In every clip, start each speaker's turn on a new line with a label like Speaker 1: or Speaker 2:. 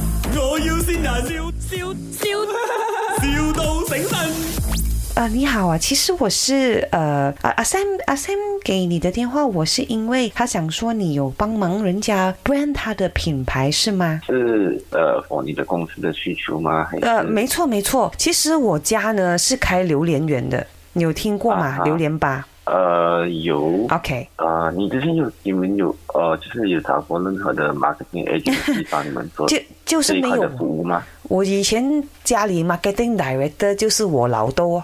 Speaker 1: 要先人，笑笑笑，,笑到醒神。
Speaker 2: 啊，你好啊，其实我是呃，啊阿 Sam 阿 Sam 给你的电话，我是因为他想说你有帮忙人家 brand 他的品牌是吗？
Speaker 3: 是呃，我你的公司的需求吗？还是
Speaker 2: 呃，没错没错，其实我家呢是开榴莲园的，你有听过吗？
Speaker 3: 啊
Speaker 2: 榴莲吧
Speaker 3: 呃有
Speaker 2: ，OK，
Speaker 3: 呃，你之前有你们有呃，就是有找过任何的 marketing agency 帮你们 做
Speaker 2: 就就是
Speaker 3: 这一
Speaker 2: 没
Speaker 3: 块
Speaker 2: 有
Speaker 3: 的服务吗？
Speaker 2: 我以前家里 marketing director 就是我老豆 哦。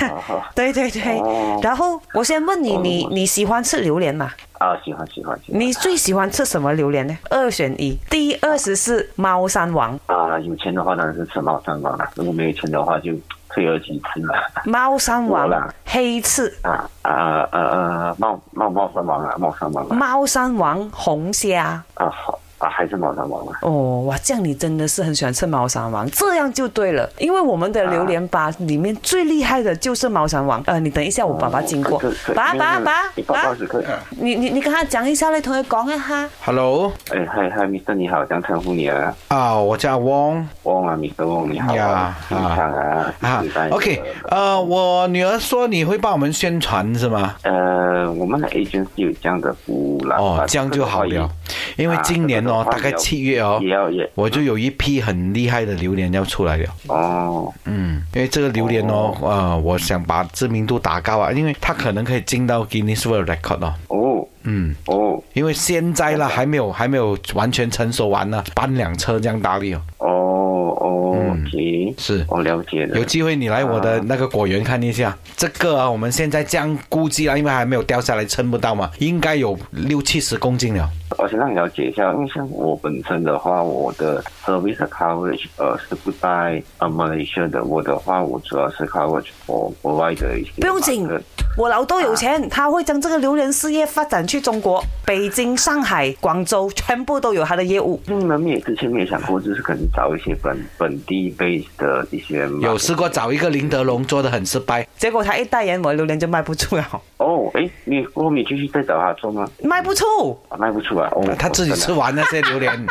Speaker 2: 哎
Speaker 3: 啊
Speaker 2: 对对对，
Speaker 3: 哦
Speaker 2: 然后我先问你，
Speaker 3: 哦
Speaker 2: 你你喜欢吃榴莲吗？
Speaker 3: 啊，喜欢喜欢喜欢
Speaker 2: 你最喜欢吃什么榴莲呢？二选一，第一二十是猫山王，
Speaker 3: 啊，有钱的话当然是吃猫山王了，如果没有钱的话就退而求其次嘛。
Speaker 2: 猫山
Speaker 3: 我
Speaker 2: 王
Speaker 3: 啦
Speaker 2: 黑刺，
Speaker 3: 啊啊呃呃，猫猫猫山王啊，猫山王啊，
Speaker 2: 猫山王红虾。
Speaker 3: 啊好啊，还是猫山王啊。
Speaker 2: 哦，哇，这样你真的是很喜欢吃猫山王，这样就对了，因为我们的榴莲吧里面最厉害的就是猫山王。呃，你等一下，我爸爸经过
Speaker 3: 啊可可，
Speaker 2: 爸
Speaker 3: 可
Speaker 2: 爸
Speaker 3: 哦没有
Speaker 2: 爸
Speaker 3: 你爸
Speaker 2: 爸
Speaker 3: 爸，是可以。
Speaker 2: 你你你跟他讲一下你同佢讲一下。
Speaker 4: Hello，
Speaker 3: 哎嗨嗨，Mr 你好，想称呼你啊，
Speaker 4: 啊，我叫汪
Speaker 3: 汪啊，Mr 汪你好啊
Speaker 4: 呀，
Speaker 3: 平常啊，
Speaker 4: 啊
Speaker 3: 一直在
Speaker 4: ，OK，呃，我女儿说你会帮我们宣传是吗？
Speaker 3: 呃，我们的 agent 是有这样的服务啦，
Speaker 4: 哦
Speaker 3: 啊，
Speaker 4: 这样就好
Speaker 3: 这个的
Speaker 4: 了
Speaker 3: 话，
Speaker 4: 因为今年
Speaker 3: 啊
Speaker 4: 哦，
Speaker 3: 这个的话
Speaker 4: 大概七月哦
Speaker 3: 也，也要也
Speaker 4: 我就有一批很厉害的榴莲要出来了。
Speaker 3: 哦，
Speaker 4: 嗯，因为这个榴莲哦，呃，我想把知名度打高啊，因为它可能可以进到 Guinness World Record 哦。
Speaker 3: 哦
Speaker 4: 嗯，
Speaker 3: 哦
Speaker 4: 因为现在
Speaker 3: 啊
Speaker 4: 啦，还没有还没有完全成熟完呢，搬两车这样打理哦。
Speaker 3: 哦哦
Speaker 4: 嗯
Speaker 3: ，OK，
Speaker 4: 是
Speaker 3: 我了解的，
Speaker 4: 有机会你来我
Speaker 3: 啊
Speaker 4: 的那个果园看一下，这个啊，我们现在这样估计啊，因为还没有掉下来，称不到嘛，应该有六七十公斤了。
Speaker 3: 我先让你了解一下，因为像我本身的话，我的 service coverage 呃是不在呃 Malaysia 的，我的话我主要是 coverage 国国外的一些
Speaker 2: 不用紧
Speaker 3: market，
Speaker 2: 我老豆有钱，他会将这个榴莲事业发展去中国，北京、上海、广州全部都有他的业务。
Speaker 3: 你们也之前没有想过，就是可能找一些本本地 base 的一些 market
Speaker 4: 有试过找一个林德龙做的很失败，
Speaker 2: 结果他一代言，我的榴莲就卖不出了，
Speaker 3: 哦，哎，你后面继续再找他做吗？
Speaker 2: 卖不出。
Speaker 3: 啊卖不出来哦，
Speaker 4: 他自己吃完那些榴 莲，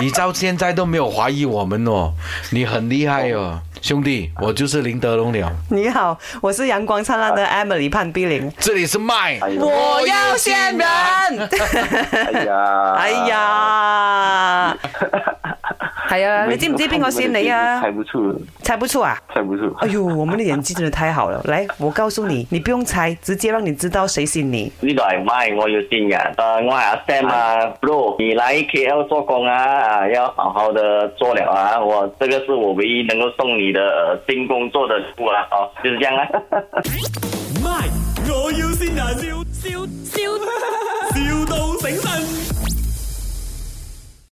Speaker 4: 你到现在都没有怀疑我们哦，你很厉害哦，兄弟，我就是林德龙了，
Speaker 2: 你好，我是阳光灿烂的 Emily 潘碧玲，
Speaker 4: 这里是麦。
Speaker 3: 哎呀，
Speaker 2: 我要见人。
Speaker 3: 哎呀，
Speaker 2: 哎 呀，系啊，你知唔知边个先你啊
Speaker 3: 猜？不出，
Speaker 2: 猜不出啊？
Speaker 3: 猜不出。
Speaker 2: 哎呦，我们的演技真的太好了！来，我告诉你，你不用猜，直接让你知道谁是你。
Speaker 5: 呢度係唔係我要線人，誒、我係阿 Sam 啊，Bro，你嚟 KL 做工啊，啊，要好好的做了啊，我這個是我唯一能夠送你的、呃新工作的哦啊禮物啊，好，就是這樣啦、
Speaker 1: My，我要先人，笑笑笑，